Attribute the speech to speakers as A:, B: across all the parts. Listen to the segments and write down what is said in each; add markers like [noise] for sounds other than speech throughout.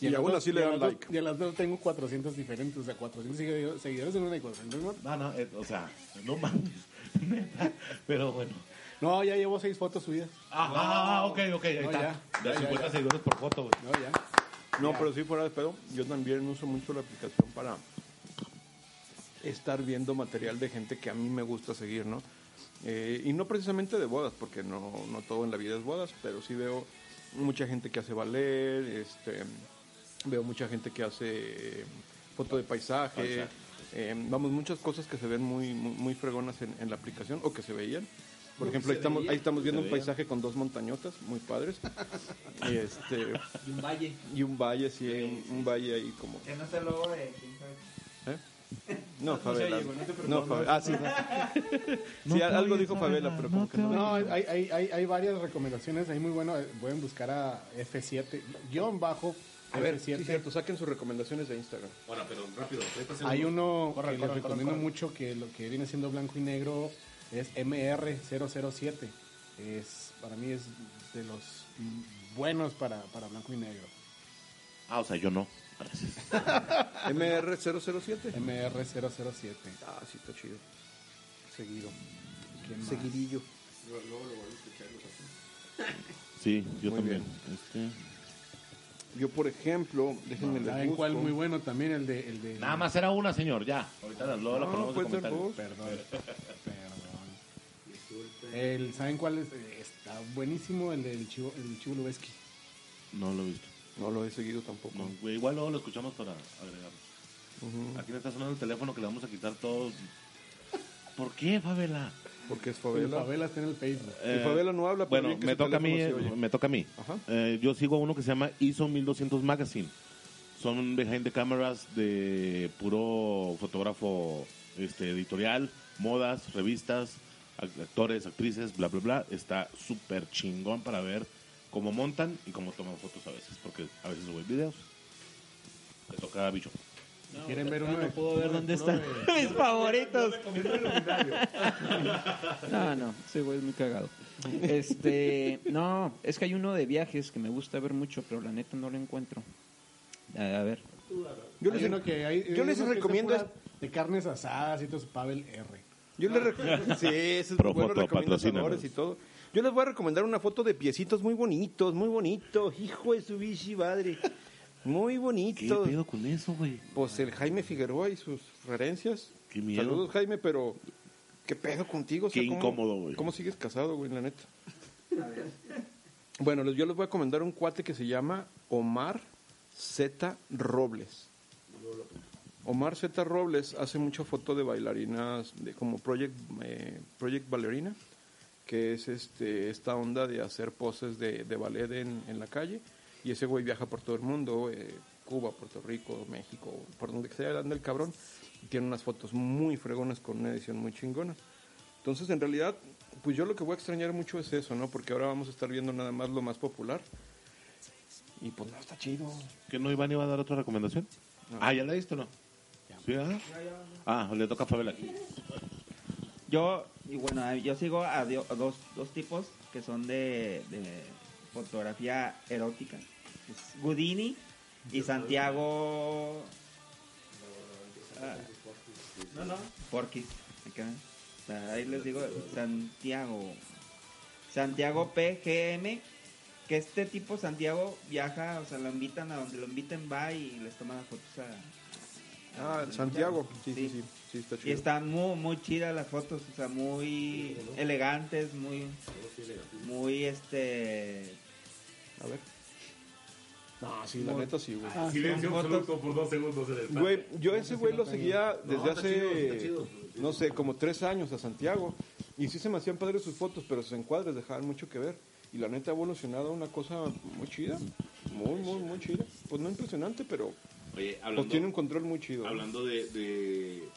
A: Y
B: a las
A: aún
B: dos-
A: así le
B: y a las
A: dan
B: dos-
A: like.
B: Y a las dos tengo 400 diferentes. O sea, 400 seguido- seguidores en una y 400 en otra.
C: No, no, eh, o sea, no mames. [laughs] Neta. Pero bueno.
B: No, ya llevo seis fotos subidas.
C: Ah, ah, ah, ok, ok, ahí
B: No,
C: está.
B: ya.
C: De
B: Ya, ya,
C: 50
B: ya.
C: seguidores por foto, güey.
B: No, ya.
A: No, pero sí fuera de pedo. Yo también uso mucho la aplicación para estar viendo material de gente que a mí me gusta seguir, ¿no? Eh, y no precisamente de bodas, porque no, no todo en la vida es bodas, pero sí veo mucha gente que hace ballet, este, veo mucha gente que hace eh, foto de paisaje,
D: Paisaje.
A: eh, vamos, muchas cosas que se ven muy, muy, muy fregonas en, en la aplicación o que se veían. Por
D: No,
A: ejemplo,
D: se
A: ahí estamos,
D: veían,
A: ahí estamos
D: se
A: viendo un
D: veían.
A: paisaje con dos montañotas muy padres.
D: [laughs]
A: y, este,
E: Y un valle.
A: y un valle, sí, un, un valle ahí como...
F: Que no es el logo de quién sabe.
A: ¿Eh? No,
E: se oye,
A: favela.
E: güey, no te preocupes.
A: No, favela. Ah, sí.
G: [laughs]
A: sí,
G: No te
A: algo
G: oyes,
A: dijo favela,
G: favela,
A: pero
G: no
A: como que
G: te
A: no.
H: No, hay, hay, hay, hay varias recomendaciones ahí muy bueno. eh, Pueden buscar a F7, guión bajo
A: A ver, sí,
H: F7.
A: cierto, saquen sus recomendaciones de Instagram.
D: Bueno, pero rápido. tráete
H: Hay
D: uno.
H: uno
F: Corre,
H: que
F: corre,
H: les
F: corre,
H: recomiendo
F: corre.
H: mucho que lo que viene siendo blanco y negro es MR007. Es, para mí es de los mm, buenos para, para blanco y negro.
C: Ah, o sea, yo no. Gracias.
A: MR007.
H: MR007.
A: Ah, sí, está chido. Seguido.
H: ¿Quién más?
A: Seguidillo.
C: Sí, yo
A: Muy
C: también. Este,
A: Yo, por ejemplo,
B: Ah,
A: déjenme les
H: ¿Saben
A: busco.
H: cuál muy bueno también? El de... El de
C: nada más era una, señor, ya. Ahorita la- luego la
A: No,
C: ponemos en
A: puede ser
C: comentarios.
A: dos.
H: Perdón, perdón. El, ¿Saben cuál es? Está buenísimo el del Chivo, el Chivo Lubeski.
C: No lo he visto.
A: No lo he seguido tampoco.
C: No, güey, igual luego lo escuchamos para agregarlo. Aquí le está sonando el teléfono que le vamos a quitar todo. ¿Por qué, Favela?
A: Porque es
H: El
A: favela.
H: Favela está en el Facebook.
C: Eh,
A: Favela no habla, pero
C: Bueno,
A: bien que
C: me
A: su
C: toca, a mí,
A: teléfono se
C: eh,
A: oye.
C: me toca a mí.
A: Ajá.
C: Eh, yo sigo a uno que se llama ISO 1200 Magazine. Son behind the cameras de puro fotógrafo este, editorial, modas, revistas, ac- actores, actrices, bla, bla, bla. Está súper chingón para ver cómo montan y cómo toman fotos a veces, porque a veces suben videos. Le toca a Bicho.
E: No,
H: ¿Quieren
E: o sea,
H: ver
E: todavía
H: uno de-
E: No puedo ver dónde están [laughs] mis favoritos. No, no, ese güey es muy cagado. Este, no, es que hay uno de viajes que me gusta ver mucho, pero la neta no lo encuentro. A a ver,
A: Yo
H: Hay
A: les,
H: uno que hay-
A: yo les
H: uno que es de
A: recomiendo
H: pura- De carnes asadas y todo eso, Pavel R.
A: yo les recomiendo. sí, esos
C: Profoto,
A: buenos recomendadores
C: patrocínanos.
A: y todo. Yo les voy a recomendar una foto de piecitos muy bonitos, muy bonitos. Hijo de su bichi madre. Muy
C: ¿Qué
A: bonitos.
C: pedo con eso, güey?
A: Pues el Jaime Figueroa y sus referencias.
C: Qué miedo.
A: Saludos, Jaime, pero qué pedo contigo. O sea,
C: Qué
A: ¿cómo-
C: incómodo, güey.
A: ¿Cómo sigues casado, güey, la neta? Bueno, les- yo les voy a comentar un cuate que se llama Omar Z. Robles. Omar Z. Robles hace mucha foto de bailarinas, de como Project, eh, Project Ballerina, que es este esta onda de hacer poses de, de ballet en, en la calle. Y ese güey viaja por todo el mundo, eh, Cuba, Puerto Rico, México, por donde sea, anda el cabrón. Tiene unas fotos muy fregonas con una edición muy chingona. Entonces, en realidad, pues yo lo que voy a extrañar mucho es eso, ¿no? Porque ahora vamos a estar viendo nada más lo más popular. Y pues no, está chido.
C: ¿Que no Iván iba a dar otra recomendación? Ah, ¿ya la diste o no? ¿Sí, ah? ah, le toca a Favela.
F: Yo, y bueno, eh, yo sigo a, dio- a dos, dos tipos que son de, de fotografía erótica. Es Gudini y Santiago... Ah, Porquis. acá. O sea, Ahí les digo, Santiago. Santiago PGM. Que este tipo, Santiago, viaja, o sea, lo invitan a donde lo inviten, va y les toma las fotos a... a-
A: Ah, Santiago. Sí, sí, sí. Sí, está
F: y
A: chido.
F: están muy, muy chidas las fotos, o sea, muy elegantes, muy. Muy este.
A: A ver. No, sí, la neta sí, güey.
I: Silencio
F: Son fotos.
I: absoluto por dos segundos en el espacio.
A: Güey, yo a ese güey lo seguía desde
I: está chido,
A: hace,
I: está chido.
A: no sé, como tres años a Santiago. Y sí se me hacían padres sus fotos, pero sus encuadres dejaban mucho que ver. Y la neta ha evolucionado a una cosa muy chida. Muy, muy, muy chida. Pues no impresionante, pero
D: Oye, hablando,
A: pues tiene un control muy chido.
D: hablando de, de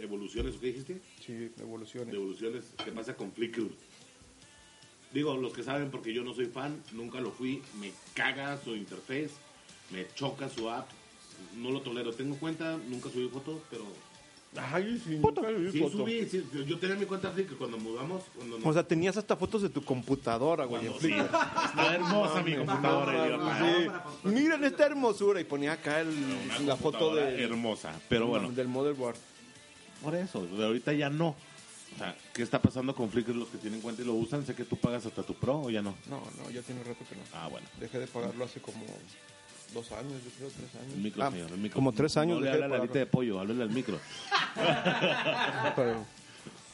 D: evoluciones, ¿qué dijiste?
A: Sí, evoluciones.
D: De evoluciones, ¿qué pasa con Flickr? Digo, los que saben, porque yo no soy fan, nunca lo fui, me caga su interfaz, me choca su app, no lo tolero. Tengo cuenta, nunca subí fotos, pero...
A: Ay, sí, nunca vi
D: Sí,
A: foto.
D: subí, sí, yo tenía mi cuenta Flickr cuando mudamos, cuando
A: O sea, tenías hasta fotos de tu computadora, güey, en
D: Cuando-
A: Flickr.
D: sí. está hermosa mi computadora, idiota.
A: Sí. Miren esta hermosura. Y ponía acá el- la foto
C: Computadora
A: de,
C: Hermosa, pero bueno.
A: del motherboard.
C: Por eso, de ahorita ya no. O sea, ¿qué está pasando con Flickr? Los que tienen cuenta y lo usan, sé que tú pagas hasta tu pro o ya no.
A: No, no, ya tiene rato que no.
C: Ah, bueno.
A: Dejé de pagarlo hace como dos años, yo creo, tres años.
C: El micro,
A: Ah,
C: señor, el micro.
A: Como tres años
C: No le
A: dejé
C: habla a la
A: de
C: alita de
A: pagarlo.
C: pollo, háblale al micro.
A: Pero-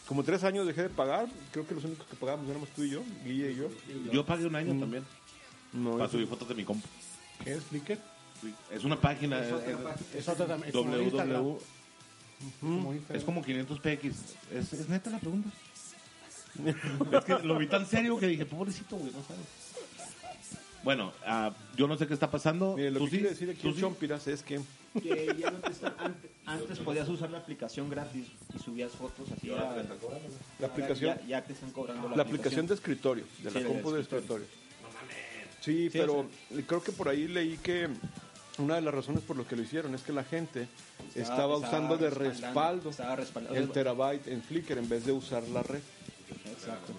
A: como tres años dejé de pagar. Creo que los únicos que pagábamos éramos tú y yo, Guille y yo.
C: Yo pagué un año también
A: Mm. No,
C: para subir fotos de mi compa.
H: ¿Qué es Flickr?
C: Es una página. Es,
H: Es otra también. Es como Instagram.
C: www.
H: Como Instagram.
C: Es como 500 px. ¿Es, es neta la pregunta? es que lo vi tan serio que dije, pobrecito, güey, no sabes. Bueno, ah, yo no sé qué está pasando.
A: Mire, lo
C: ¿Tú
A: que
C: sí?
A: quiere decir aquí
C: ¿Tú
A: el
C: sí?
A: Chompiras es que
E: Que ya no te está- antes, antes podías usar la aplicación gratis y subías fotos así. a-
A: la aplicación,
E: Ya, ya te están cobrando la,
A: la aplicación de escritorio, de
E: Sí,
A: la
E: de
A: compu de escritorio. Sí, pero creo que por ahí leí que una de las razones por lo que lo hicieron es que la gente estaba, usando de respaldo
E: respaldando, Estaba respaldando.
A: el terabyte en Flickr en vez de usar la red.
E: Exacto.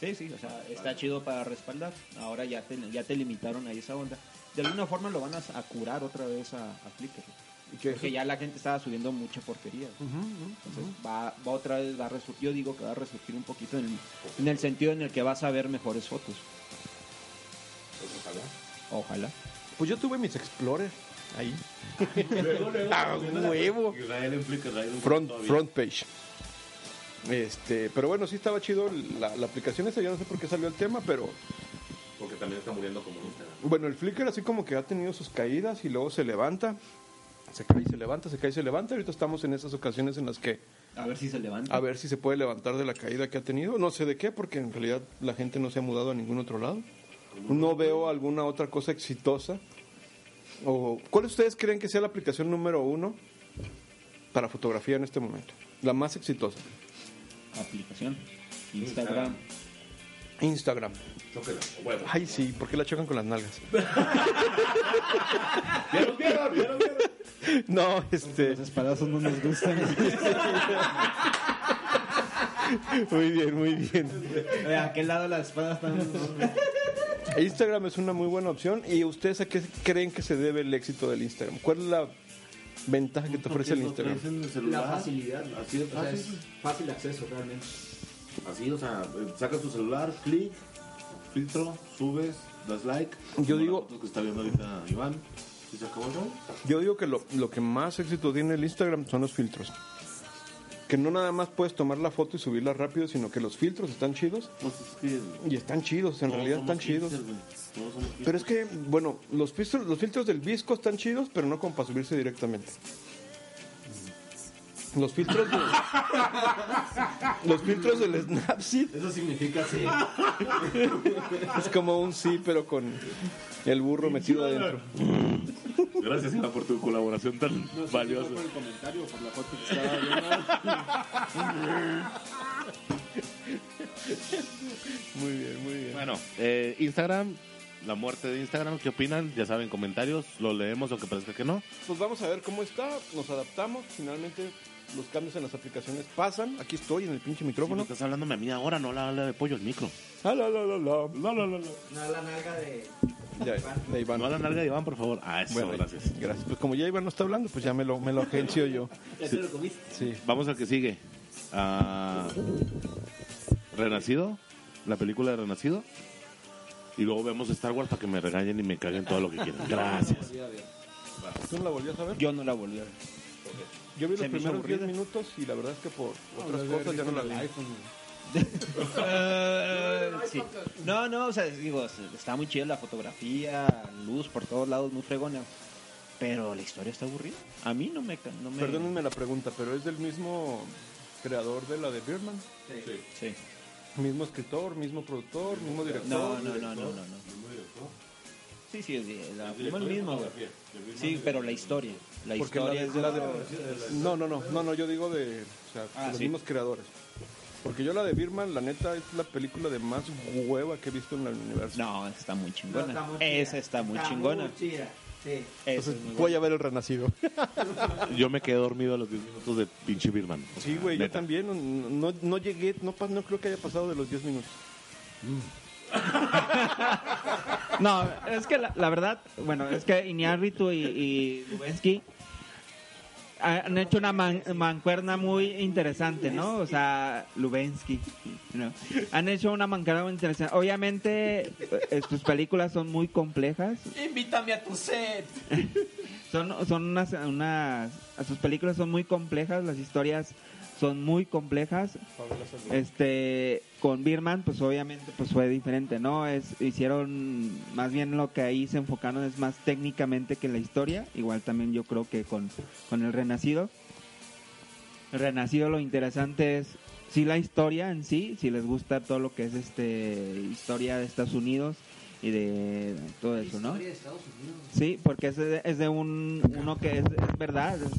E: Sí, sí, o sea, está chido para respaldar. Ahora ya te, ya te limitaron ahí esa onda. De alguna forma lo van a, a curar otra vez a, a Flickr.
A: Y que-
E: Porque ya la gente estaba subiendo mucha porquería. Entonces va, va otra vez, va a resur- yo digo que va a resurgir un poquito en el, en el sentido en el que vas a ver mejores fotos.
F: Pues,
E: ojalá. Ojalá.
A: Pues yo tuve mis Explorer ahí.
D: ¡A
A: huevo!
D: Israel implica Israel.
A: Front,
D: todavía.
A: front page. Este, pero bueno, sí estaba chido la, la aplicación esa, yo no sé por qué salió el tema, pero
D: Porque también está muriendo como Instagram.
A: Bueno, el Flickr así como que ha tenido sus caídas y luego se levanta, se cae y se levanta, se cae y se levanta. Ahorita estamos en esas ocasiones en las que
E: A ver si se levanta.
A: a ver si se puede levantar de la caída que ha tenido. No sé de qué, porque en realidad la gente no se ha mudado a ningún otro lado. No veo alguna otra cosa exitosa. O, ¿Cuál ustedes creen que sea la aplicación número uno para fotografía en este momento? La más exitosa.
E: Aplicación. Instagram.
A: Instagram.
D: Chóquela, a huevo.
A: Ay, sí, ¿por qué la chocan con las
D: [laughs]
A: nalgas? [laughs]
D: ¿Vieron, vieron, vieron, vieron?
A: No, este.
E: Los espadazos no nos gustan.
A: Muy bien, muy bien.
E: ¿A qué lado las espadas están?
A: Instagram es una muy buena opción. ¿Y ustedes a qué creen que se debe el éxito del Instagram? ¿Cuál es la ventaja que te ofrece el Instagram?
C: Es en el celular.
I: Así de fácil.
E: fácil acceso realmente.
I: Así, o sea, eh, sacas tu celular, clic, filtro, subes, das like.
A: Yo
I: Como
A: digo-
I: la foto que está viendo ahorita Iván. Y se acabó el rollo.
A: Yo digo que lo, lo que más éxito tiene el Instagram son los filtros. Que no nada más puedes tomar la foto y subirla rápido, sino que los filtros están chidos.
C: Pues es que
A: Y están chidos, en
C: todos
A: realidad
C: somos
A: están chidos.
C: hipsters, güey. Todos somos hipsters.
A: Pero es que, bueno, los filtros, los filtros del disco están chidos, pero no como para subirse directamente. Los
I: [laughs]
A: filtros de- los filtros del Snapseed
I: Eso significa sí.
A: [laughs] Es como un sí, pero con el burro metido adentro.
C: Gracias, Iván, por tu colaboración tan valiosa.
H: Por el comentario, por la foto que estaba viendo.
C: [laughs]
A: Muy bien, muy bien.
C: Bueno, eh, Instagram, la muerte de Instagram, ¿qué opinan? Ya saben, comentarios, lo leemos aunque parezca que no.
A: Pues vamos a ver cómo está, nos adaptamos, finalmente los cambios en las aplicaciones pasan. Aquí estoy en el pinche
C: Sí, pero
A: micrófono.
C: estás hablándome a mí ahora, no la habla de pollo el micro.
A: Ah, la, la, la, la.
F: [laughs] No la nalga de.
A: Ya, de Iván.
C: No a la nalga de Iván, por favor. Ah, eso,
A: Bueno,
C: gracias.
A: Gracias. Pues como ya Iván no está hablando, pues ya me lo, me lo agencio yo.
F: Ya te lo comiste.
A: Sí.
C: Vamos al que sigue. Ah, Renacido, la película de Renacido. Y luego vemos Star Wars para que me regañen y me caguen todo lo que
F: [laughs]
C: quieran. Gracias.
A: ¿Tú no la volvías a ver?
E: Yo no la volví a ver.
A: Yo vi
E: Se
A: los
E: me hizo
A: primeros 10
E: aburrida.
A: minutos y la verdad es que por otras cosas ya no la vi.
E: Eh, Sí. No, no, o sea, digo, está muy chida la fotografía, luz por todos lados, muy fregona. Pero la historia está aburrida. A mí no me... ca- No me
A: Perdónenme la pregunta, pero es del mismo creador de la de Birdman.
E: Sí.
A: Mismo escritor, mismo productor, mismo director.
E: No, no, no, no, no, no. Sí, sí, es de- la, el mismo, güey. Sí, pero la historia. La
A: Porque
E: historia
A: la
E: es de...
A: de- la de- no, no, no, no, no, yo digo de, o sea,
E: Ah,
A: los
E: sí.
A: mismos creadores. Porque yo la de Birman, la neta, es la película de más hueva que he visto en el universo.
E: [laughs] No, está muy
F: No,
E: chingona.
F: está muy chida.
E: Esa está muy chingona.
F: muy chida, Sí.
E: Esa
A: Entonces
E: es muy buena.
A: voy a ver el renacido.
C: Yo me quedé dormido a los 10 minutos de pinche Birman. O
A: Sí,
C: sea,
A: güey, yo
C: neta.
A: también. No, no- no llegué, no, pas- no creo que haya pasado de los 10 minutos.
F: No, es que la, la verdad, bueno, es que Iñárritu y, y Lubezki han hecho una man- mancuerna muy interesante, ¿no? O sea, Lubensky, ¿no? Han hecho una mancuerna muy interesante. Obviamente, eh, sus películas son muy complejas.
J: Invítame a tu set.
F: Son, son unas, unas... Sus películas son muy complejas, las historias son muy complejas. Este, con Birman, pues obviamente pues fue diferente, ¿no? Es, hicieron, más bien lo que ahí se enfocaron es más técnicamente que la historia, igual también yo creo que con, con el Renacido. El Renacido lo interesante es, sí la historia en sí, si les gusta todo lo que es este historia de Estados Unidos y de todo eso, ¿no?
G: Historia de Estados Unidos.
F: Sí, porque es de, es de un, uno que es, es verdad. es-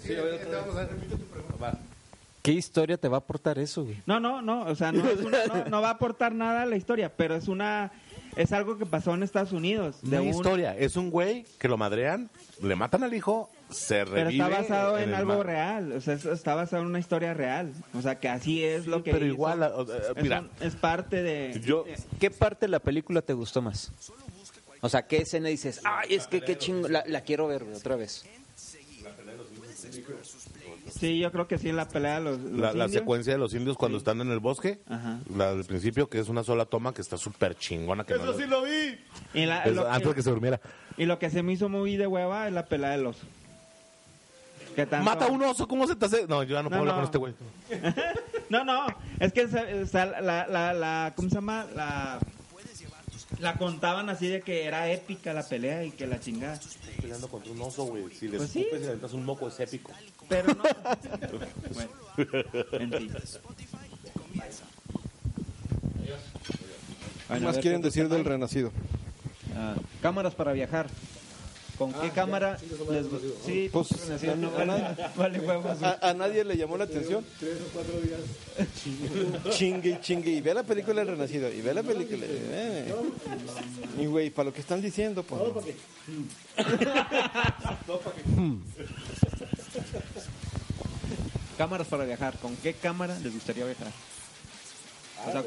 G: Sí, vamos a repite tu pregunta. ¿Qué historia te va a aportar eso, güey?
F: No, no, no, o sea, no, es una- no, no va a aportar nada a la historia, pero es una es algo que pasó en Estados Unidos.
C: No hay
F: un-
C: historia. Es un güey que lo madrean, le matan al hijo, se
F: Pero
C: revive.
F: está basado en,
C: el
F: algo
C: mar.
F: real, o sea, es- está basado en una historia real, o sea, que así es lo que
C: pero
F: hizo.
C: igual, o- eh,
F: Es
C: mira.
F: un- es parte de
C: Yo-
G: ¿Qué parte de la película te gustó más? O sea, ¿qué escena dices? Ay, es que qué chingo, la, la quiero ver güey, otra vez.
F: Sí, yo creo que sí la pelea de los, los
C: La, la
F: indios.
C: secuencia de los indios cuando están en el bosque, la del principio, que es una sola toma que está súper chingona. Que no-
F: lo vi. Y, la-
C: es
F: lo,
C: antes de que se durmiera.
F: y lo que se me hizo muy de hueva es la pelea del oso. ¿Qué tanto-
C: Mata a un oso, ¿cómo se te hace? No, yo ya no
F: No,
C: puedo hablar
F: no.
C: con este güey.
F: No, no, es que se- o sea, la, la, la, ¿cómo se llama? La, la contaban así de que era épica la pelea y que la chingada.
C: Peleando contra un oso, güey. Si le
F: Pues sí.
C: y le aventas un moco, es épico.
F: Pero
C: [laughs]
F: no. Bueno, en fin.
A: ¿Qué
F: Bueno, a
A: más quieren
F: ver, ¿qué otro
A: decir
F: tema
A: del
F: hay?
A: renacido?
F: Ah, cámaras para viajar. ¿Con
A: Ah,
F: qué cámara? les- Sí,
A: Pues,
F: Renacido,
A: a-
F: no,
A: a
F: vale-
A: nadie-
F: vale
A: [laughs]
F: huevos.
A: a, a nadie le llamó la atención.
H: Tres o cuatro días.
A: Chingue, y chingue. Y ve la película El Renacido. Y ve la película. eh. Y güey, para lo que están diciendo, pues.
H: Todo para que. Todo para que.
E: Cámaras para viajar. ¿Con qué cámara les gustaría viajar? O sea,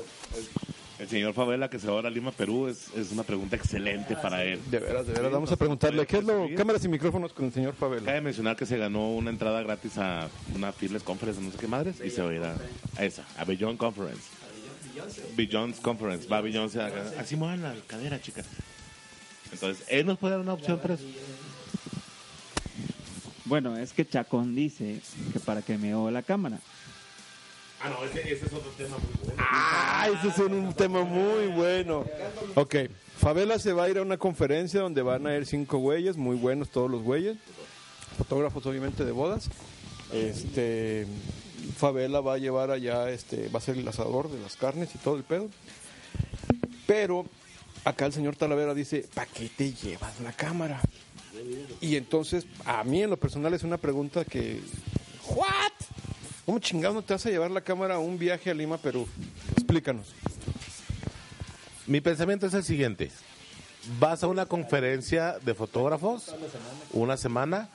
C: El señor Favela, que se va ahora a Lima, Perú, es, es una pregunta excelente para él.
A: De veras, de veras. Vamos a preguntarle. ¿Qué es lo? Cámaras y micrófonos con el señor Favela.
C: Cabe mencionar que se ganó una entrada gratis a una Fearless Conference, no sé qué madres, y se va a ir a, a esa, a Beyond Conference. Beyond Conference, va Beyond. Así mueven la cadera, chicas. Entonces, él nos puede dar una opción para eso.
F: Bueno, es que Chacón dice que para que me o la cámara.
D: Ah, no, ese, ese es otro tema muy bueno.
A: Ah, ese es un tema muy bueno. Ok, Favela se va a ir a una conferencia donde van a ir cinco güeyes, muy buenos todos los güeyes, fotógrafos obviamente de bodas. Este, Favela va a llevar allá, este, va a ser el asador de las carnes y todo el pedo. Pero acá el señor Talavera dice, ¿para qué te llevas la cámara? Y entonces, a mí en lo personal es una pregunta que... ¿What? ¿Cómo chingado no te vas a llevar la cámara a un viaje a Lima, Perú? Explícanos.
C: Mi pensamiento es el siguiente. Vas a una conferencia de fotógrafos, una semana,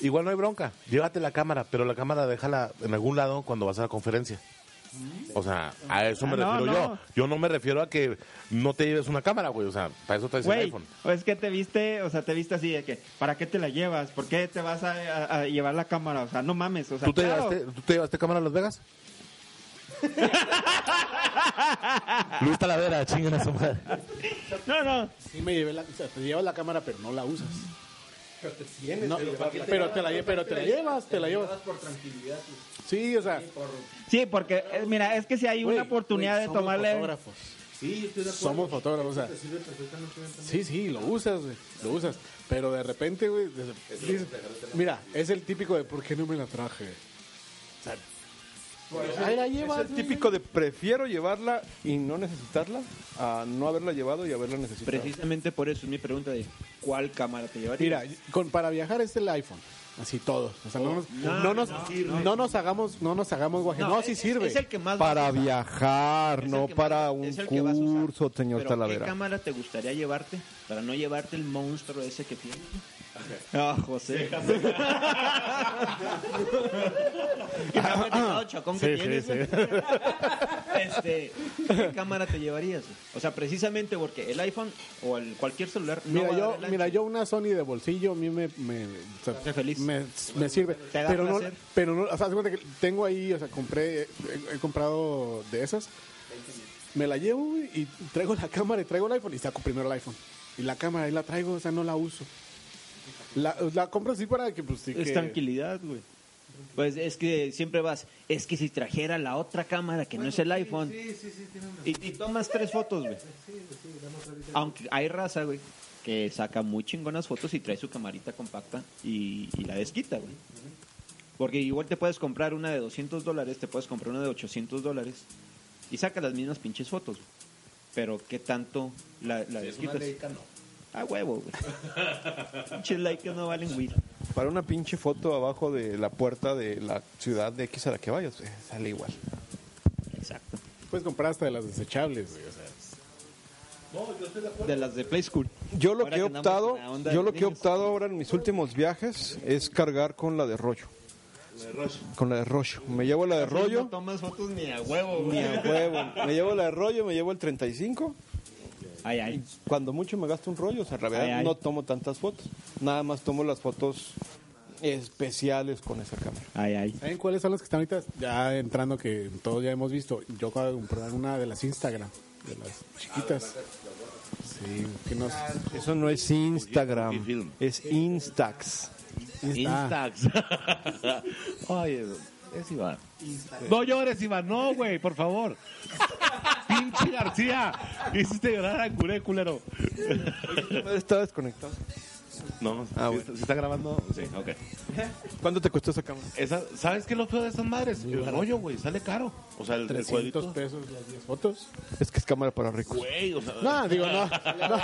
C: igual no hay bronca, llévate la cámara, pero la cámara déjala en algún lado cuando vas a la conferencia. O sea, a eso me
F: Ah,
C: refiero
F: no, no.
C: yo. Yo no me refiero a que no te lleves una cámara, güey. O sea, para eso traes el
F: Güey,
C: iPhone.
F: o es que te viste, o sea, te viste así de que, ¿para qué te la llevas? ¿Por qué te vas a, a- a llevar la cámara? O sea, no mames, o sea,
C: ¿Tú te,
F: claro.
C: llevaste, ¿Tú te llevaste cámara a Las Vegas? Luis Talavera, chingan a su madre.
F: No, no.
B: Sí me llevé la, o sea, te llevas la cámara, pero no la usas.
H: Pero te tienes.
B: No,
H: que llevar la
B: pero
H: cámara.
B: te la, lle- pero te la llevas, te la llevas.
H: por tranquilidad.
B: Sí, o sea.
F: Sí, porque, eh, mira, es que si hay una oportunidad de tomarle...
B: Fotógrafos. Sí, Somos fotógrafos, o sea. Sí, sí, lo usas, güey, lo usas. Pero de repente, güey, desde- dices, mira, es el típico de ¿por qué no me la traje? O sea, ahí la llevas,
A: es el típico de prefiero llevarla y no necesitarla a no haberla llevado y haberla necesitado.
E: precisamente por eso es mi pregunta de ¿cuál cámara te llevarías?
B: mira, con, para viajar es el iPhone. Así todos. O sea, no, nos,
E: No,
B: no nos,
E: no,
B: no, nos hagamos, no nos hagamos guaje. No,
E: No,
B: sí
E: es-
B: sirve.
E: es el que más
A: Para
E: vas a usar.
A: viajar,
E: Es el
A: no
E: que más-
A: para un
E: es el que vas a usar.
A: curso, señor
E: Pero, ¿Qué
A: Talavera.
E: cámara te gustaría llevarte para no llevarte el monstruo ese que tienes?
F: Ah, José.
E: [laughs] Que me ha platicado Chacón que
F: Sí,
E: tienes, [laughs]
F: sí,
E: güey.
F: sí.
E: Este, ¿Qué cámara te llevarías? güey? O sea, precisamente porque el iPhone o el cualquier celular no
B: Mira,
E: va a
B: yo,
E: dar el ancho.
B: mira, yo una Sony de bolsillo a mí me, me, o sea, me, me sirve.
E: Te da
B: pero no,
E: placer.
B: pero no, o sea, haz cuenta que tengo ahí, o sea, compré, he, he comprado de esas. Me la llevo güey, y traigo la cámara y traigo el iPhone y saco primero el iPhone. Y la cámara ahí la traigo, o sea, no la uso. La, la compro así para que, pues, sí
E: Es
B: que-
E: tranquilidad, güey.
F: Pues es que siempre vas, es que si trajera la otra cámara que no es el iPhone,
K: Sí, sí, sí, tiene una.
F: y, y tomas tres fotos, güey.
K: Sí, pues sí, dame otra ahorita.
F: Aunque hay raza, güey, que saca muy chingonas fotos y trae su camarita compacta y, y la desquita, güey. Porque igual te puedes comprar una de 200 dólares, te puedes comprar una de 800 dólares y saca las mismas pinches fotos, güey. Pero qué tanto la, la
K: Si es una
F: desquitas.
K: Leica, no.
F: A huevo, güey. [laughs] Pinches likes no valen, güey.
A: Para una pinche foto abajo de la puerta de la ciudad de X a la que vayas, güey, sale igual.
F: Exacto.
B: Puedes comprar hasta de las desechables, güey. O sea,
K: No, yo estoy de acuerdo.
F: De las de Play School.
A: Yo lo
F: Ahora
A: que he
F: andamos
A: optado,
F: con la onda
A: yo
F: de
A: lo que he
F: niños.
A: optado ahora en mis últimos viajes es cargar con la de rollo. Con la de rollo. Me llevo la de
F: No
A: rollo,
F: tomas fotos ni a huevo,
A: ni
F: güey.
A: a huevo. Me llevo la de rollo, me llevo el 35.
F: [laughs] Ay, ay.
A: Cuando mucho me gasto un rollo, o sea, en
F: Ay,
A: realidad
F: ay.
A: no tomo tantas fotos. Nada más tomo las fotos especiales con esa cámara.
F: Ay, ay.
B: ¿Saben cuáles son las que están ahorita? Ya entrando, que todos ya hemos visto. Yo acabo de comprar una de las Instagram, de las chiquitas. Sí, que no
A: Eso no es Instagram, es Instax.
C: Instax. Oye, es Iván. No llores, Iván. No, güey, por favor. Pinche García. Hiciste llorar a culé, culero.
A: ¿Está desconectado?
C: No,
B: Ah,
C: si está- si está grabando. Sí, ok.
A: ¿Cuánto te costó esa cámara?
C: Esa, ¿Sabes qué es lo feo de esas madres? El
B: barato.
C: rollo, güey, sale caro. O sea, el, el
B: 300
C: cuadrito.
B: pesos las 10 fotos.
A: Es que es cámara para ricos.
C: Güey, o sea.
B: No, digo, no. No,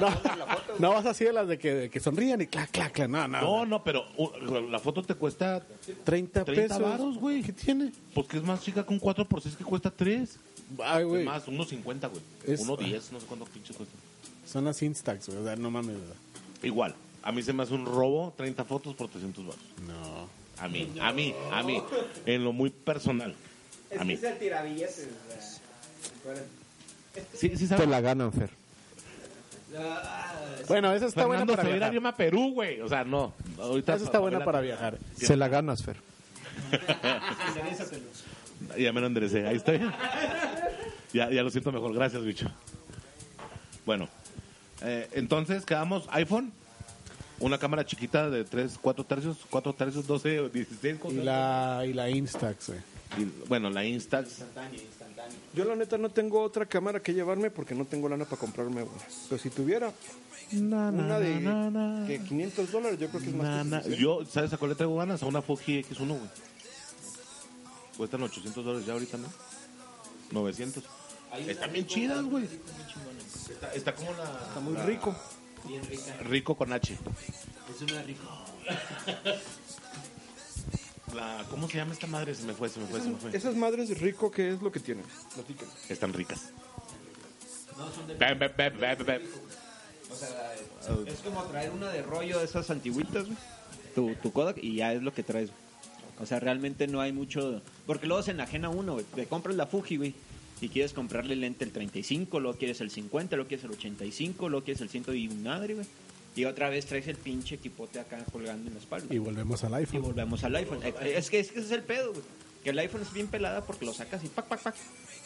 B: no, no vas así de las de que, de que sonrían y clac, clac, clac. No, no.
C: No, no, pero uh, la foto te cuesta
B: 30
C: 30
B: pesos.
C: varos, güey.
B: ¿Qué tiene?
C: Pues que es más chica con 4 por 6 que cuesta 3.
B: Ay, güey.
C: Más, 1.50, güey.
B: Es-
C: 1.10, no sé cuánto pinche cuesta.
B: Son las Instax, güey. O sea, no mames, ¿verdad?
C: Igual, a mí se me hace un robo 30 fotos por 300 baros.
B: No.
C: A mí, a mí, a mí. En lo muy personal. A mí.
L: Es el tirabilletes. o sea, fuera-
C: Sí, sí,
A: Te la ganan, Fer.
B: Bueno, esa está buena
C: Fernando
B: para
C: se va a ir a
B: viajar.
C: Lima, Perú, güey. O sea, no. Ahorita
B: Esa está buena
C: Pamela-
B: para viajar.
A: Se la ganas, Fer.
C: Ya me lo enderecé, ahí estoy. Ya, ya lo siento mejor, gracias, bicho. Bueno, eh, entonces quedamos iPhone, una cámara chiquita de 3, 4 tercios, 4 tercios, 12 o 16.
B: Y la, y la Instax, güey.
C: Y, bueno, la Instax.
A: Yo la neta no tengo otra cámara que llevarme porque no tengo lana para comprarme una. Pero si tuviera una de que 500 dólares, yo creo que es más.
C: Na,
A: que
C: na.
A: suficiente.
C: [laughs] Yo, ¿sabes a cuál le traigo ganas? A una Fuji X1, güey. Cuestan 800 dólares ya ahorita, ¿no? 900. Están bien chidas, güey. Está, está como la... Está
A: muy rico.
F: Bien rica.
C: Rico con H.
F: Es una rico.
C: [laughs] La, ¿Cómo se llama esta madre? Se me fue, se me fue, se me fue.
A: Esas, esas madres rico, ¿qué es lo que tienen? Platícame.
C: Están ricas.
F: No, son de...
C: Bep, bep, bep, bep, bep.
F: O sea, es como traer una de rollo de esas antiguitas, güey. Tu, tu Kodak y ya es lo que traes, güey. O sea, realmente no hay mucho... Porque luego se enajena uno, güey. Te compras la Fuji, güey. Y quieres comprarle lente el 35, luego quieres el 50, luego quieres el 85, luego quieres el 100 y madre, güey. Y otra vez traes el pinche equipote acá colgando en la espalda.
B: Y volvemos al iPhone.
F: Y volvemos al iPhone. Eh, eh, Es que, es que ese es el pedo, güey. Que el iPhone es bien pelada porque lo sacas y pac, pac, pac.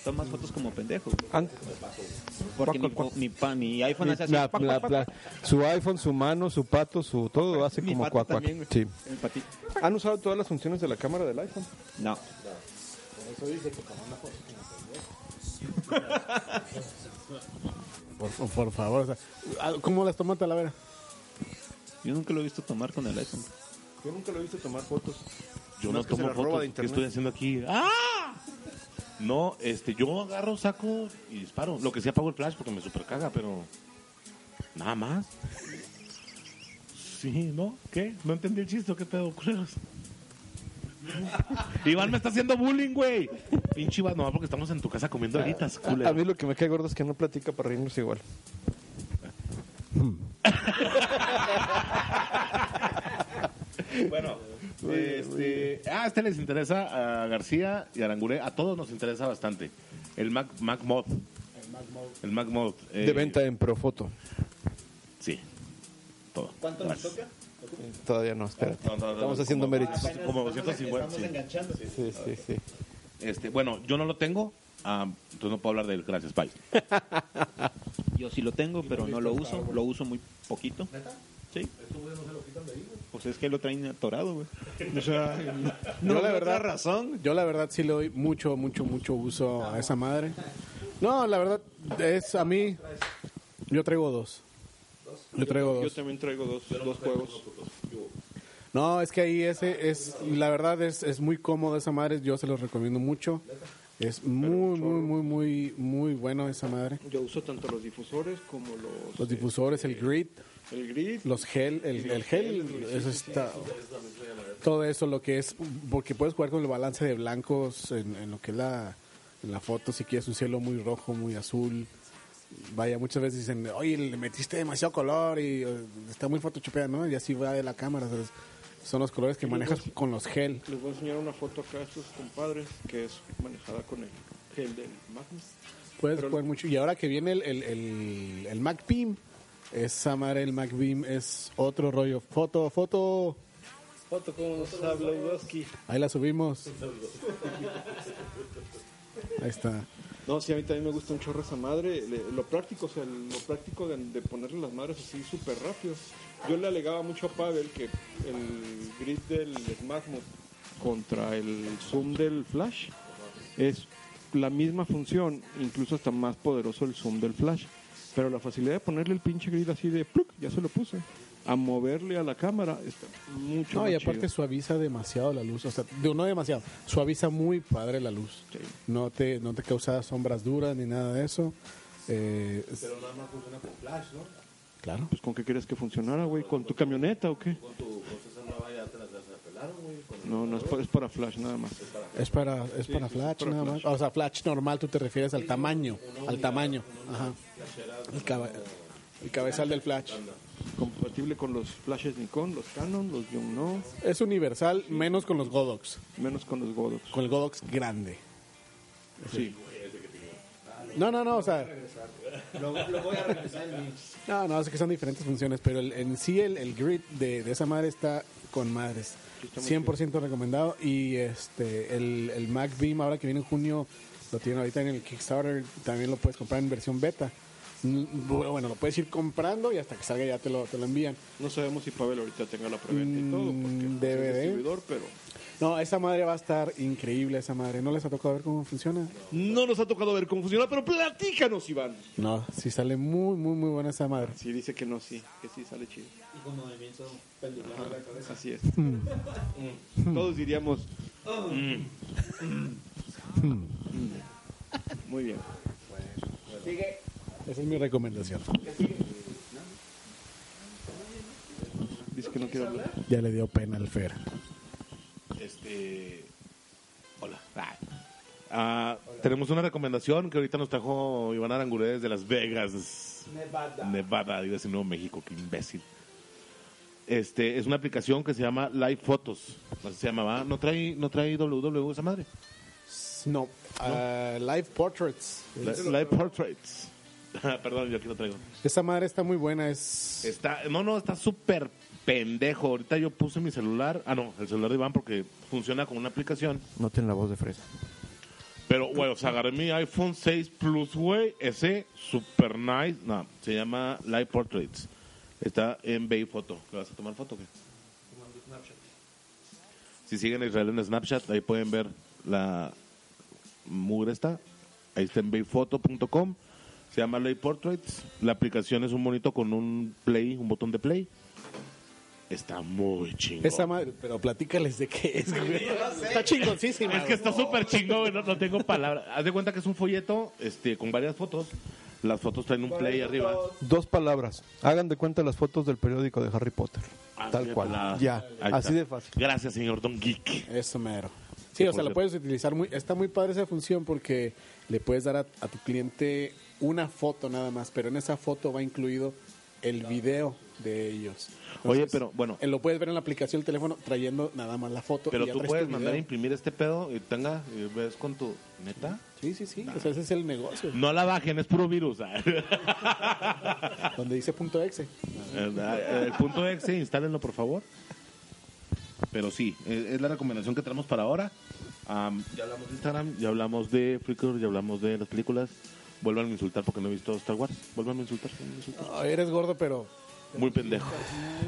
F: Tomas fotos como pendejo. güey.
A: An-
F: Porque mi,
A: Cuac, cuac,
F: po- mi, pa- mi iPhone hace así.
A: La-
F: pac,
A: la-
F: pac,
A: la-
F: pac.
A: su iPhone, su mano, su pato, su todo hace
F: Mi
A: como
F: pato
A: cuac, cuac.
F: también, güey.
A: Sí.
F: El patito.
A: ¿Han usado todas las funciones de la cámara del iPhone?
F: No.
B: Por, por favor, o sea, ah, ¿cómo las toma Talavera?
F: Yo nunca lo he visto tomar con el iPhone.
A: Yo nunca lo he visto tomar fotos.
C: Yo no
A: Más que se
C: tomo
A: la roba
C: fotos.
A: de
C: ¿Qué
A: internet.
C: estoy haciendo aquí? ¡Ah! No, este, yo agarro, saco y disparo. Lo que sí apago el flash porque me supercaga, pero... Nada más. Sí, ¿no? ¿Qué? No entendí el chiste, ¿qué pedo, [laughs] culeros? Iván me está haciendo bullying, güey. Pinche Iván, nomás porque estamos en tu casa comiendo alitas,
A: Ah, A, a
C: culero.
A: mí lo que me cae gordo es que no platica para reírnos igual.
C: Bueno, este, ah, este les interesa a García y Arangure, a todos nos interesa bastante. El Mac, Mac Mod. El Mac Mod. eh,
A: De venta en Profoto.
C: Sí. Todo.
F: ¿Cuánto nos toca?
A: Todavía no, espérate.
F: Ah,
C: No, no, no,
A: Estamos
C: no,
A: haciendo
C: como-
A: méritos.
C: Como 250. sí.
F: enganchando.
A: Sí, sí, sí.
C: Este, bueno, yo no lo tengo, ah, entonces no puedo hablar de él. Gracias, bye.
F: Yo sí lo tengo, pero no lo uso. Lo uso muy poquito.
E: Sí.
M: Estos güeyes no se lo quitan de ahí, güey.
E: Pues es que lo traen
M: [laughs]
E: atorado, güey. O sea, no,
B: yo
E: hay
B: la
E: otra
B: verdad
E: razón.
B: Yo la verdad sí le doy mucho, mucho, mucho uso a esa madre. No, la verdad es a mí. Yo traigo dos. Yo traigo
A: Yo
B: dos.
A: también traigo dos, dos juegos.
B: No, es que ahí ese es, la verdad es, es muy cómodo esa madre. Yo se los recomiendo mucho. Es muy, muy, muy, muy, muy bueno esa madre.
N: Yo uso tanto los difusores como los. este,
B: Los difusores, el grid,
N: El grid.
B: los gel, el, el gel, eso está. Todo eso, lo que es, porque puedes jugar con el balance de blancos en, en lo que es la, en la foto, si quieres un cielo muy rojo, muy azul. Vaya, muchas veces dicen, oye, le metiste demasiado color y eh, está muy photoshopeado, ¿no? Y así va de la cámara. entonces, son los colores que manejas con los gel.
A: Les voy a enseñar una foto acá a estos compadres que es manejada con el gel del Magnus.
B: Puedes jugar mucho. Y ahora que viene el, el, el, el Mac Beam, esa madre, el Mac Beam es otro rollo. Foto, foto.
N: Foto con los Zabludowski.
B: Ahí la subimos. Ahí está.
A: No, sí, a mí también me gusta un chorro esa madre. Le- lo práctico, o sea, lo práctico de, de ponerle las madres así súper rápido. Yo le alegaba mucho a Pavel que el grid del Smartmode contra el zoom del Flash es la misma función, incluso hasta más poderoso el zoom del Flash. Pero la facilidad de ponerle el pinche grid así de ¡pluc! ya se lo puse, a moverle a la cámara, está mucho
B: No,
A: más
B: y aparte
A: chido.
B: suaviza demasiado la luz. O sea, digo, no demasiado. Suaviza muy padre la luz. No, te, no te causa sombras duras ni nada de eso. Eh, es-
M: Pero nada más funciona con flash, ¿no?
B: claro.
A: Pues con qué quieres que funcionara, güey, con tu camioneta o qué?
M: Con tu procesa nueva ya te la te la pelaron, güey. Con el
A: No, no, es pa- es para Flash nada más.
B: es para, es
A: Sí,
B: para
A: sí,
B: flash
A: es para
B: nada más.
A: flash.
B: O sea, flash normal, tú te refieres al tamaño. Al tamaño. Ajá.
M: flashera.
B: El, caba- el cabezal del flash.
A: Compatible con los flashes Nikon, los Canon, los Yongnuo.
B: Es universal, menos con los Godox.
A: Menos con los Godox.
B: Con el Godox grande.
A: Sí.
B: No, no, no, o sea,
M: Lo, lo voy a regresar el mix.
B: no, no, es que son diferentes funciones, pero el- en sí el, el grid de, de esa madre está con madres. 100% recomendado y este el, el Mac Beam ahora que viene en junio lo tienen ahorita en el Kickstarter, también lo puedes comprar en versión beta. Mm, bu- Bueno, lo puedes ir comprando y hasta que salga ya te lo, te lo envían.
A: No sabemos si Pavel ahorita tenga la preventa y todo, porque
B: Mm,
A: pues, es
O: ¿eh?
B: DVD.
A: distribuidor, pero
B: No, esa madre va a estar increíble, esa madre. ¿No les ha tocado ver cómo funciona?
A: no nos ha tocado ver cómo funciona, pero platícanos, Iván.
B: No, sí sale muy, muy, muy buena esa madre.
A: Sí, dice que no, sí, que sí sale chido.
E: Y con movimiento
A: Ah,
E: película de la cabeza.
A: así es.
B: Mm.
A: Mm. Todos diríamos. mm, mm,
B: Mm.
A: mm. Muy bien.
E: Sigue.
B: Esa es mi recomendación.
A: Dice que no quiere hablar.
B: Ya le dio pena al Fer.
C: Este. Hola. Ah, tenemos una recomendación que ahorita nos trajo Iván Aranguredes de Las Vegas.
M: Nevada.
C: Nevada, digo ese Nuevo México, qué imbécil. Este, es una aplicación que se llama Live Photos. Así se llamaba. ¿No trae, no trae WW esa madre?
B: No. Ah, live Portraits.
C: Li- Live Portraits. [laughs] Perdón, yo aquí lo traigo.
B: Esa madre está muy buena, es...
C: Está, no, no, está súper pendejo. Ahorita yo puse mi celular. Ah, no, el celular de Iván porque funciona con una aplicación.
N: No tiene la voz de fresa.
C: Pero, güey, o sea, agarré mi iPhone 6 Plus, güey. Ese, super nice. No, se llama Live Portraits. Está en Bay Photo. ¿Le vas a tomar foto o qué? Si siguen a Israel en Snapchat, ahí pueden ver la mugre está. Ahí está en bayphoto.com. Se llama Live Portraits. La aplicación es un bonito con un play, un botón de play. Está muy chingón.
B: Esa madre, pero platícales de qué es, [laughs] güey. Está chingoncísima.
C: Es que está súper chingón, no, no tengo palabras. Haz de cuenta que es un folleto este, con varias fotos. Las fotos traen un play arriba.
O: Dos palabras. Hagan de cuenta las fotos del periódico de Harry Potter.
C: Así
O: Tal
C: de
O: cual.
C: pelada.
O: Ya,
C: Ahí
O: así
C: está.
O: de fácil.
C: Gracias, señor Don Geek.
B: Eso mero. Sí, o sea, la puedes utilizar muy... Está muy padre esa función porque le puedes dar a, a tu cliente una foto nada más, pero en esa foto va incluido el video de ellos.
C: Oye, pero, bueno.
B: eh, Lo puedes ver en la aplicación del teléfono trayendo nada más la foto.
C: Pero
B: y ya
C: tú
B: traes tu
C: puedes mandar a
B: video.
C: imprimir este pedo y tenga, y ves con tu. ¿Neta?
B: Sí, sí, sí. O sea, ese es el negocio.
C: No la bajen, es puro virus. [laughs] Ah,
B: Donde dice punto exe.
C: El punto exe, instálenlo por favor. Pero sí, e, es es la recomendación que tenemos para ahora. Am, ya hablamos de Instagram, ya hablamos de Flickr, ya hablamos de las películas. Vuelvan a insultar porque no he visto Star Wars. Vuelvan a insultar. vuélvanme a insultar.
B: Ay, eres Ah, gordo, pero
C: Muy pendejo.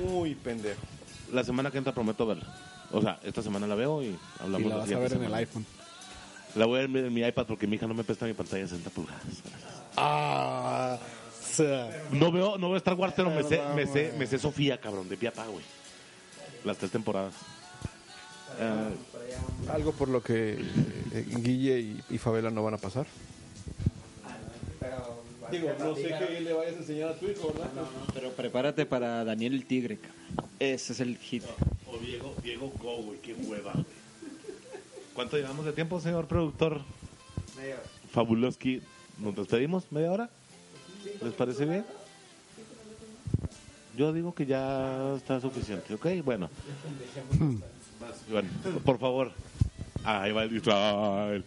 A: Muy pendejo.
C: La semana que entra prometo verla. O sea, esta semana la veo y hablamos
B: Y la
C: la
B: vas a
C: siguiente
B: ver en
C: semana.
B: el iPhone.
C: La voy a ver en mi iPad porque mi hija no me presta mi pantalla de 60 pulgadas.
B: Ah,
C: No veo, no veo Star Wars, pero me sé,
B: Pero
C: me sé,
B: vamos.
C: me sé Sofía, cabrón, de pie a pa, güey. Las tres temporadas. Ah,
A: Algo por lo que eh, eh, Guille y, y Fabela no van a pasar.
H: Digo, no sé qué le vayas a enseñar a tu hijo, ¿verdad?
E: Pero prepárate para Daniel el Tigre, cabrón. Ese es el hit.
C: O Oh, Diego, Diego Go, güey, qué hueva, güey. ¿Cuánto llevamos de tiempo, señor productor? Fabuloski, ¿nos despedimos? ¿Media hora? ¿Les parece bien? Yo digo que ya está suficiente, ¿ok? Bueno. Iván, por favor. Ahí va el Israel.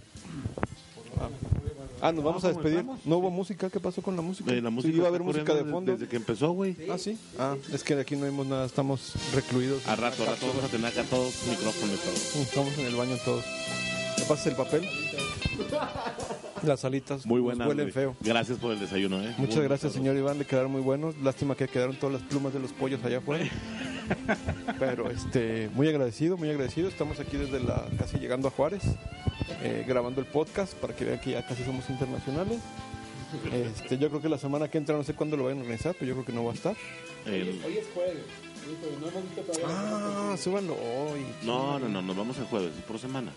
A: Ah, nos vamos a
C: ¿cómo
A: despedir.
C: estamos?
A: ¿No hubo música? ¿Qué pasó con la música?
C: Eh, la música
A: sí, iba a
C: está
A: haber música de
C: corriendo
A: fondo.
C: desde que empezó, güey.
A: Ah, sí. Ah, es que de aquí no vimos nada, estamos recluidos.
C: A rato, a rato vamos a tener acá todos micrófonos. todos.
A: Estamos en el baño todos. ¿Me pasas el
C: [laughs]
A: papel? Las alitas
C: Muy buena.
A: huelen feo.
C: Gracias por el desayuno, ¿eh?
A: Muchas
C: Muy
A: gracias,
C: sabroso.
A: señor Iván. Le quedaron muy buenos. Lástima que quedaron todas las plumas de los pollos allá afuera. [laughs] Pero este, muy agradecido, muy agradecido. Estamos aquí desde la casi llegando a Juárez, eh, grabando el podcast para que vean que ya casi somos internacionales. Este, yo creo que la semana que entra, no sé cuándo lo vayan a organizar, pero yo creo que no va a estar.
C: El-
H: Hoy es jueves. Sí, pero no hemos visto todavía la foto.
A: Ah, súbanlo hoy.
C: No, no, no, nos vamos el jueves, es por semana.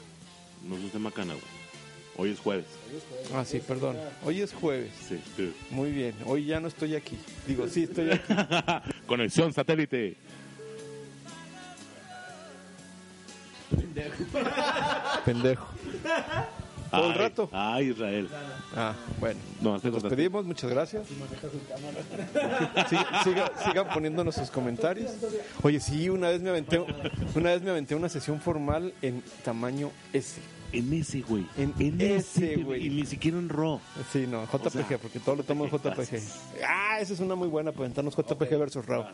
C: No es usted macana, güey. Hoy es jueves.
A: Ah, sí, perdón. Hoy es jueves.
C: Sí. [laughs]
A: Muy bien, hoy ya no estoy aquí. Digo, sí, estoy aquí.
C: Conexión satélite.
A: Pendejo. Todo el
C: Ay,
A: rato.
C: Ay, Israel.
A: Ah, bueno.
C: No, te
A: Nos
C: contaste.
A: despedimos, muchas gracias. Sí, siga- sigan poniéndonos sus comentarios. Oye, sí, una vez me aventé, una vez me aventé una sesión formal en tamaño S.
C: En ese, güey.
A: En,
C: ese,
A: ese,
C: Y
A: güey.
C: ni siquiera en RAW.
A: Sí, no, JPG, porque todo lo tomo en JPG. Ah, esa es una muy buena para aventarnos JPG versus RAW.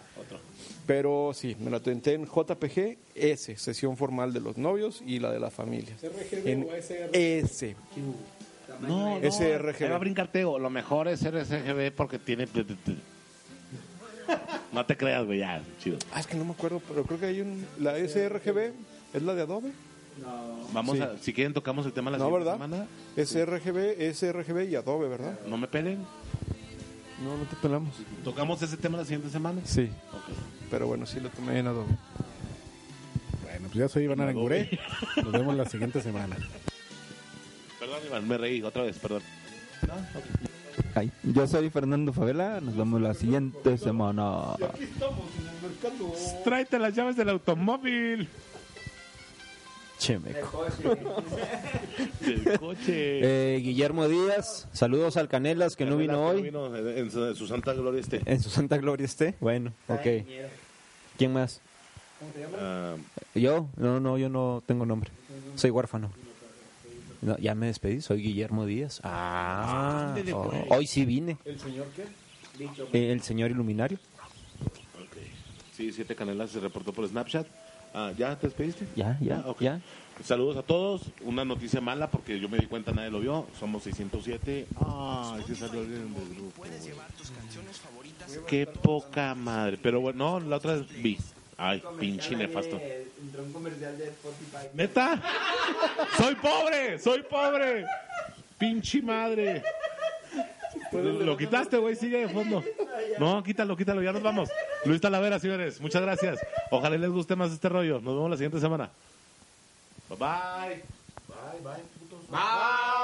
A: Pero sí, me la aventé en JPG S, sesión formal de los novios y la de la familia.
H: RGB
A: En
H: o SRGB.
A: S.
C: No, no.
A: SRGB.
C: ahí Va a brincarte, o lo mejor es RGB porque tiene. No te creas, güey, ya, chido.
A: Ah, es que no me acuerdo, pero creo que hay un. La sRGB es la de Adobe.
C: Vamos
A: Sí.
C: a, si quieren tocamos el tema la
A: No,
C: siguiente
A: ¿verdad?
C: semana.
A: sRGB, sRGB y Adobe, ¿verdad?
C: No me pelen.
A: No, no te pelamos.
C: Tocamos ese tema la siguiente semana.
A: Sí.
C: Ok.
A: Pero bueno, sí lo tomé en Adobe.
B: Bueno, pues ya soy Iván Arangure. Nos vemos la siguiente semana.
C: Perdón, Iván, me reí otra
A: [laughs]
C: vez, perdón.
P: Ay, yo soy Fernando Favela, nos vemos la siguiente semana.
C: Tráete las llaves del automóvil.
G: Chemeco.
C: Del coche.
G: Eh, Guillermo Díaz, saludos al Canelas que no [laughs] vino
C: Que
G: hoy.
C: vino en, en su, en su santa gloria este.
G: En su santa gloria esté. Bueno, ok. ¿Quién más?
C: Ah,
G: ¿Yo? No, no, yo no tengo nombre. Soy huérfano. No, ya me despedí, soy Guillermo Díaz. Ah,
H: Ándele,
G: oh,
H: pues.
G: hoy sí vine.
H: ¿El señor qué?
G: Eh, el señor iluminario.
C: ok. Sí, siete canelas se reportó por Snapchat. Ah, ¿Ya te despediste?
G: Ya, ya,
C: Ah, ok.
G: ya.
C: Saludos a todos. Una noticia mala porque yo me di cuenta, nadie lo vio. Somos 607. Ay, se salió alguien del grupo. Qué poca madre. Pero bueno, no, la otra vez vi. Ay, pinche nefasto.
F: Entró un comercial de Spotify.
C: ¿Neta? ¡Soy pobre! ¡Soy pobre! ¡Pinche madre! Lo quitaste, güey, sigue de fondo. No, quítalo, quítalo, ya nos vamos. Luis Talavera, señores, muchas gracias. Ojalá les guste más este rollo. Nos vemos la siguiente semana. Bye bye.
M: Bye, bye, putos. Bye.